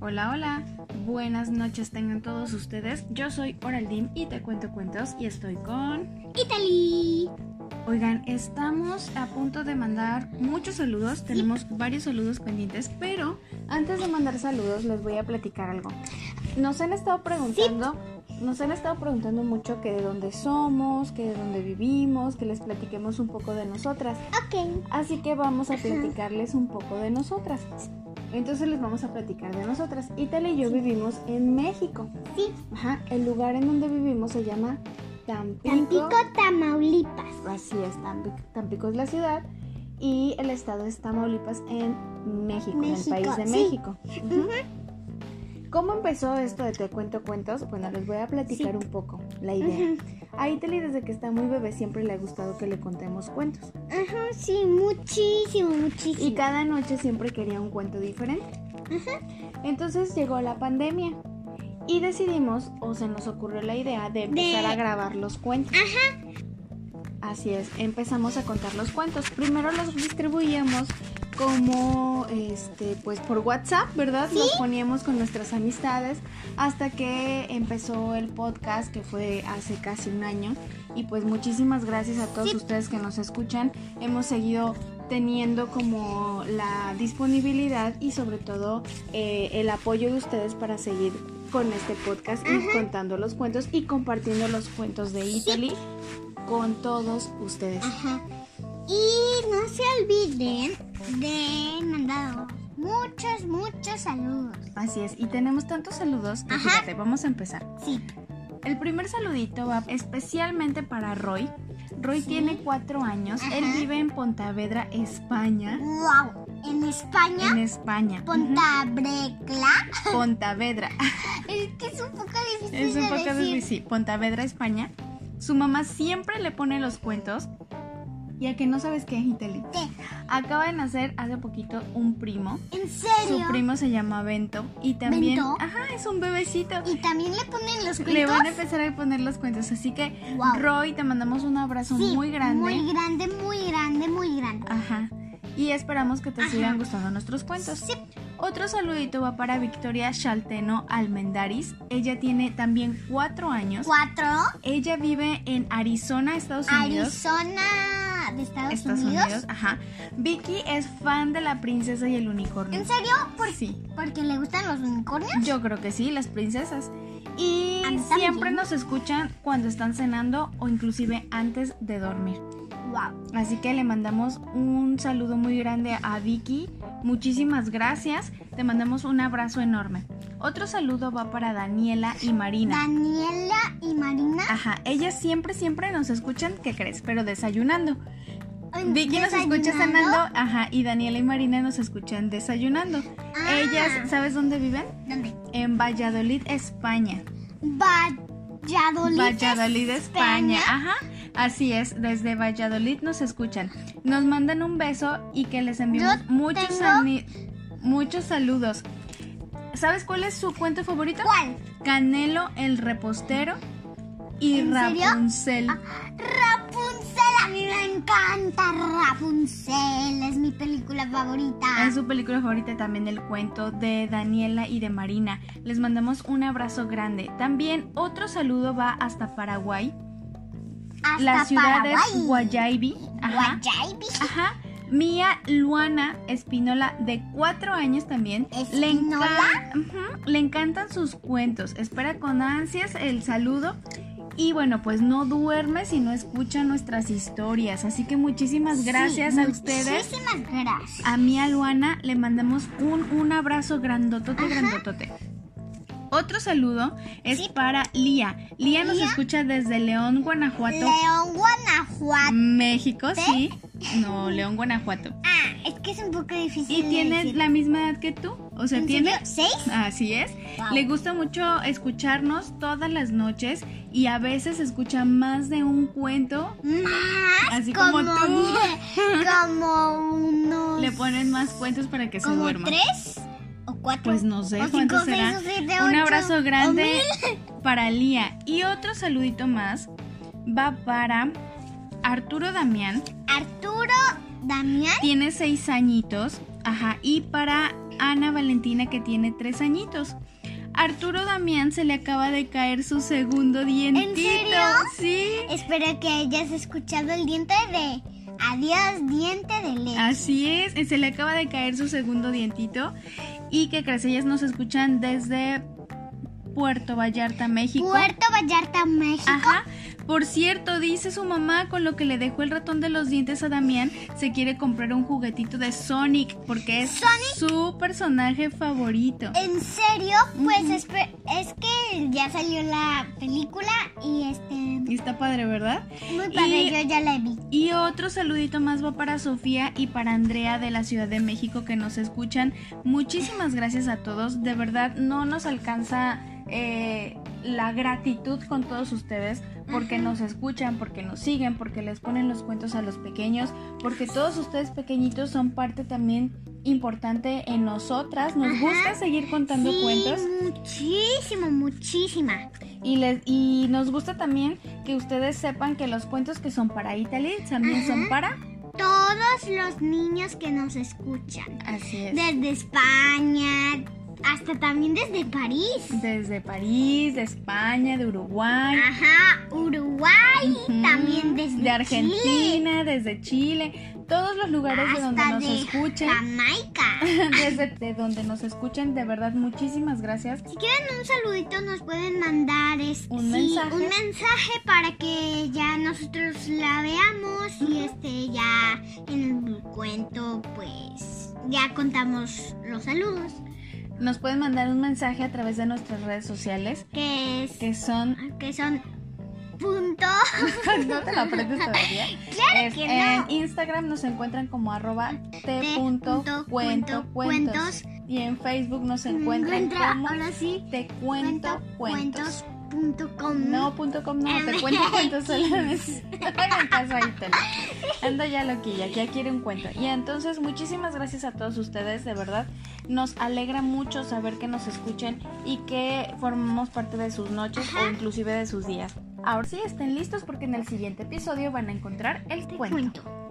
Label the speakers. Speaker 1: Hola, hola. Buenas noches tengan todos ustedes. Yo soy Oraldim y te cuento cuentos y estoy con...
Speaker 2: Italy.
Speaker 1: Oigan, estamos a punto de mandar muchos saludos. Tenemos varios saludos pendientes, pero antes de mandar saludos les voy a platicar algo. Nos han estado preguntando... Nos han estado preguntando mucho que de dónde somos, que de dónde vivimos, que les platiquemos un poco de nosotras.
Speaker 2: Ok.
Speaker 1: Así que vamos a platicarles un poco de nosotras. Entonces les vamos a platicar de nosotras. Italia y yo vivimos en México.
Speaker 2: Sí.
Speaker 1: Ajá, el lugar en donde vivimos se llama Tampico.
Speaker 2: Tampico, Tamaulipas.
Speaker 1: Así es, Tampico, Tampico es la ciudad y el estado es Tamaulipas en México, en
Speaker 2: México,
Speaker 1: el país de
Speaker 2: sí.
Speaker 1: México. Ujú. ¿Cómo empezó esto de Te Cuento Cuentos? Bueno, les voy a platicar un poco la idea.
Speaker 2: Ujú.
Speaker 1: A Italy desde que está muy bebé siempre le ha gustado que le contemos cuentos.
Speaker 2: Ajá, sí, muchísimo, muchísimo.
Speaker 1: Y cada noche siempre quería un cuento diferente. Entonces llegó la pandemia y decidimos, o se nos ocurrió la idea de empezar
Speaker 2: De-
Speaker 1: a grabar los cuentos. Así es, empezamos a contar los cuentos. Primero los distribuíamos como, este, pues por WhatsApp, ¿verdad? Los poníamos con nuestras amistades hasta que empezó el podcast que fue hace casi un año. Y pues muchísimas gracias a todos
Speaker 2: Sí.
Speaker 1: ustedes que nos escuchan. Hemos seguido teniendo como la disponibilidad y sobre todo eh, el apoyo de ustedes para seguir con este podcast y contando los cuentos y compartiendo los cuentos de Italy con todos ustedes.
Speaker 2: Ajá. Y no se olviden de mandaros muchos, muchos saludos.
Speaker 1: Así es, y tenemos tantos saludos que
Speaker 2: Ajá.
Speaker 1: fíjate, vamos a empezar.
Speaker 2: Sí.
Speaker 1: El primer saludito va especialmente para Roy. Roy tiene cuatro años, él
Speaker 2: Ajá.
Speaker 1: vive en Pontevedra, España.
Speaker 2: Wow. En España,
Speaker 1: En España.
Speaker 2: Pontabrecla.
Speaker 1: Ujú. Pontevedra.
Speaker 2: Es que es un poco difícil
Speaker 1: Es un
Speaker 2: de
Speaker 1: poco
Speaker 2: decir.
Speaker 1: difícil. sí, Pontevedra, España. Su mamá siempre le pone los cuentos. Y a que no sabes qué, Itali.
Speaker 2: ¿Qué?
Speaker 1: Acaba de nacer hace poquito un primo.
Speaker 2: ¿En serio?
Speaker 1: Su primo se llama Bento. Y también.
Speaker 2: ¿Bento?
Speaker 1: Ajá, es un bebecito.
Speaker 2: Y también le ponen los
Speaker 1: Le
Speaker 2: cuentos.
Speaker 1: van a empezar a poner los cuentos. Así que,
Speaker 2: Wow.
Speaker 1: Roy, te mandamos un abrazo
Speaker 2: Sí,
Speaker 1: muy grande.
Speaker 2: Muy grande, muy grande, muy grande.
Speaker 1: Ajá. Y esperamos que te
Speaker 2: Ajá.
Speaker 1: sigan gustando nuestros cuentos.
Speaker 2: Sí.
Speaker 1: Otro saludito va para Victoria Chalteno Almendaris. Ella tiene también cuatro años.
Speaker 2: Cuatro.
Speaker 1: Ella vive en Arizona, Estados Unidos.
Speaker 2: Arizona de Estados,
Speaker 1: Estados
Speaker 2: Unidos.
Speaker 1: Unidos. Ajá. Vicky es fan de la princesa y el unicornio.
Speaker 2: ¿En serio? ¿Por-
Speaker 1: Sí.
Speaker 2: ¿Porque le gustan los unicornios?
Speaker 1: Yo creo que sí, las princesas. Y
Speaker 2: A mí también.
Speaker 1: siempre nos escuchan cuando están cenando o inclusive antes de dormir.
Speaker 2: Wow.
Speaker 1: Así que le mandamos un saludo muy grande a Vicky. Muchísimas gracias. Te mandamos un abrazo enorme. Otro saludo va para Daniela y Marina.
Speaker 2: Daniela y Marina.
Speaker 1: Ajá, ellas siempre, siempre nos escuchan, ¿qué crees? Pero desayunando. Vicky Ah, nos escucha
Speaker 2: desayunando.
Speaker 1: cenando, ajá, y Daniela y Marina nos escuchan desayunando.
Speaker 2: Ah.
Speaker 1: Ellas, ¿sabes dónde viven?
Speaker 2: ¿Dónde?
Speaker 1: En Valladolid, España.
Speaker 2: Valladolid.
Speaker 1: Valladolid, España. Ajá. Así es, desde Valladolid nos escuchan. Nos mandan un beso y que les enviemos
Speaker 2: Yo
Speaker 1: muchos,
Speaker 2: tengo-
Speaker 1: sani- muchos saludos. ¿Sabes cuál es su cuento favorito?
Speaker 2: ¿Cuál?
Speaker 1: Canelo el repostero y
Speaker 2: ¿En serio?
Speaker 1: Rapunzel.
Speaker 2: Rapunzel. A mí me encanta Rapunzel. Es mi película favorita.
Speaker 1: Es su película favorita también el cuento de Daniela y de Marina. Les mandamos un abrazo grande. También otro saludo va hasta Paraguay.
Speaker 2: Hasta
Speaker 1: La ciudad es
Speaker 2: Paraguay.
Speaker 1: Guayaibi. Ajá.
Speaker 2: Guayaibi.
Speaker 1: Ajá. Mía Luana Espinola, de cuatro años también. Le,
Speaker 2: ¿Espinola?
Speaker 1: encan- Ujú, le encantan sus cuentos. Espera con ansias el saludo. Y bueno, pues no duerme si no escucha nuestras historias. Así que muchísimas gracias
Speaker 2: Sí,
Speaker 1: a ustedes.
Speaker 2: Muchísimas gracias.
Speaker 1: A Mía Luana le mandamos un, un abrazo grandotote, grandotote. Otro saludo es para Lía. Lía nos
Speaker 2: Lía.
Speaker 1: escucha desde León, Guanajuato,
Speaker 2: León, Guanajuato.
Speaker 1: México, sí. No, León, Guanajuato.
Speaker 2: Ah, es que es un poco difícil.
Speaker 1: Y
Speaker 2: de
Speaker 1: tiene
Speaker 2: decir.
Speaker 1: la misma edad que tú. O sea,
Speaker 2: ¿En
Speaker 1: tiene.
Speaker 2: serio? ¿Seis?
Speaker 1: Así es.
Speaker 2: Wow.
Speaker 1: Le gusta mucho escucharnos todas las noches y a veces escucha más de un cuento.
Speaker 2: Más
Speaker 1: Así como
Speaker 2: como,
Speaker 1: tú.
Speaker 2: como unos
Speaker 1: Le ponen más cuentos para que se
Speaker 2: como
Speaker 1: duerma.
Speaker 2: tres o cuatro.
Speaker 1: Pues no sé
Speaker 2: o
Speaker 1: cuántos
Speaker 2: cinco,
Speaker 1: serán.
Speaker 2: Seis, o siete,
Speaker 1: Un
Speaker 2: ocho,
Speaker 1: abrazo
Speaker 2: o
Speaker 1: grande
Speaker 2: mil.
Speaker 1: para Lía. Y otro saludito más va para Arturo Damián.
Speaker 2: Arturo, Damián,
Speaker 1: Tiene seis añitos. Ajá. Y para Ana Valentina que tiene tres añitos. Arturo Damián se le acaba de caer su segundo dientito.
Speaker 2: serio?
Speaker 1: Sí.
Speaker 2: Espero que hayas escuchado el diente de adiós, diente de leche.
Speaker 1: Así es, eh, se le acaba de caer su segundo dientito y que crees, ellas nos escuchan desde Puerto Vallarta, México.
Speaker 2: Puerto Vallarta, México.
Speaker 1: Ajá. Por cierto, dice su mamá con lo que le dejó el ratón de los dientes a Damián, se quiere comprar un juguetito de Sonic porque es su personaje favorito.
Speaker 2: ¿En serio? Pues espe- es que ya salió la película y este
Speaker 1: Y está padre, ¿verdad?
Speaker 2: muy padre,
Speaker 1: Y-
Speaker 2: yo ya la vi.
Speaker 1: Y otro saludito más va para Sofía y para Andrea de la Ciudad de México que nos escuchan. Muchísimas gracias a todos. De verdad, no nos alcanza eh, la gratitud con todos ustedes porque nos escuchan, porque nos siguen, porque les ponen los cuentos a los pequeños, porque todos ustedes pequeñitos son parte también importante en nosotras. Nos
Speaker 2: Ajá.
Speaker 1: gusta seguir contando
Speaker 2: Sí,
Speaker 1: cuentos.
Speaker 2: Mm, muchísimo, muchísima.
Speaker 1: Y, les, y nos gusta también que ustedes sepan que los cuentos que son para Italy también son
Speaker 2: Ajá.
Speaker 1: para...
Speaker 2: Todos los niños que nos escuchan.
Speaker 1: Así es.
Speaker 2: Desde España, hasta también desde París.
Speaker 1: Desde París, de España, de Uruguay,
Speaker 2: Ajá, Uruguay,
Speaker 1: ujú,
Speaker 2: Ah, también desde
Speaker 1: de
Speaker 2: Chile,
Speaker 1: Argentina, desde Chile, todos los lugares de donde
Speaker 2: hasta
Speaker 1: nos
Speaker 2: de
Speaker 1: escuchen,
Speaker 2: Jamaica.
Speaker 1: desde de donde nos escuchen, de verdad muchísimas gracias.
Speaker 2: Si quieren un saludito nos pueden mandar es-
Speaker 1: Un
Speaker 2: sí,
Speaker 1: mensaje.
Speaker 2: un mensaje para que ya nosotros la veamos y este ya en el cuento pues ya contamos los saludos
Speaker 1: Nos pueden mandar un mensaje a través de nuestras redes sociales
Speaker 2: que es
Speaker 1: que son
Speaker 2: que son punto
Speaker 1: no te lo aprendes todavía.
Speaker 2: Claro
Speaker 1: Es-
Speaker 2: que
Speaker 1: en
Speaker 2: no.
Speaker 1: Instagram nos encuentran como arroba
Speaker 2: T eh, punto cuento
Speaker 1: t.cuentocuentos
Speaker 2: cuentos.
Speaker 1: y en Facebook nos encuentran
Speaker 2: encuentra
Speaker 1: como
Speaker 2: ahora sí
Speaker 1: te cuento cuentos.
Speaker 2: punto com.
Speaker 1: No, punto com no, te cuento cuentos solamente. Hagan caso ahí, Tela. Anda ya loquilla, que ya quiere un cuento. Y entonces, muchísimas gracias a todos ustedes, de verdad. Nos alegra mucho saber que nos escuchen y que formamos parte de sus noches o inclusive de sus días. Ahora sí, estén listos porque en el siguiente episodio van a encontrar el
Speaker 2: Te
Speaker 1: cuento.
Speaker 2: cuento.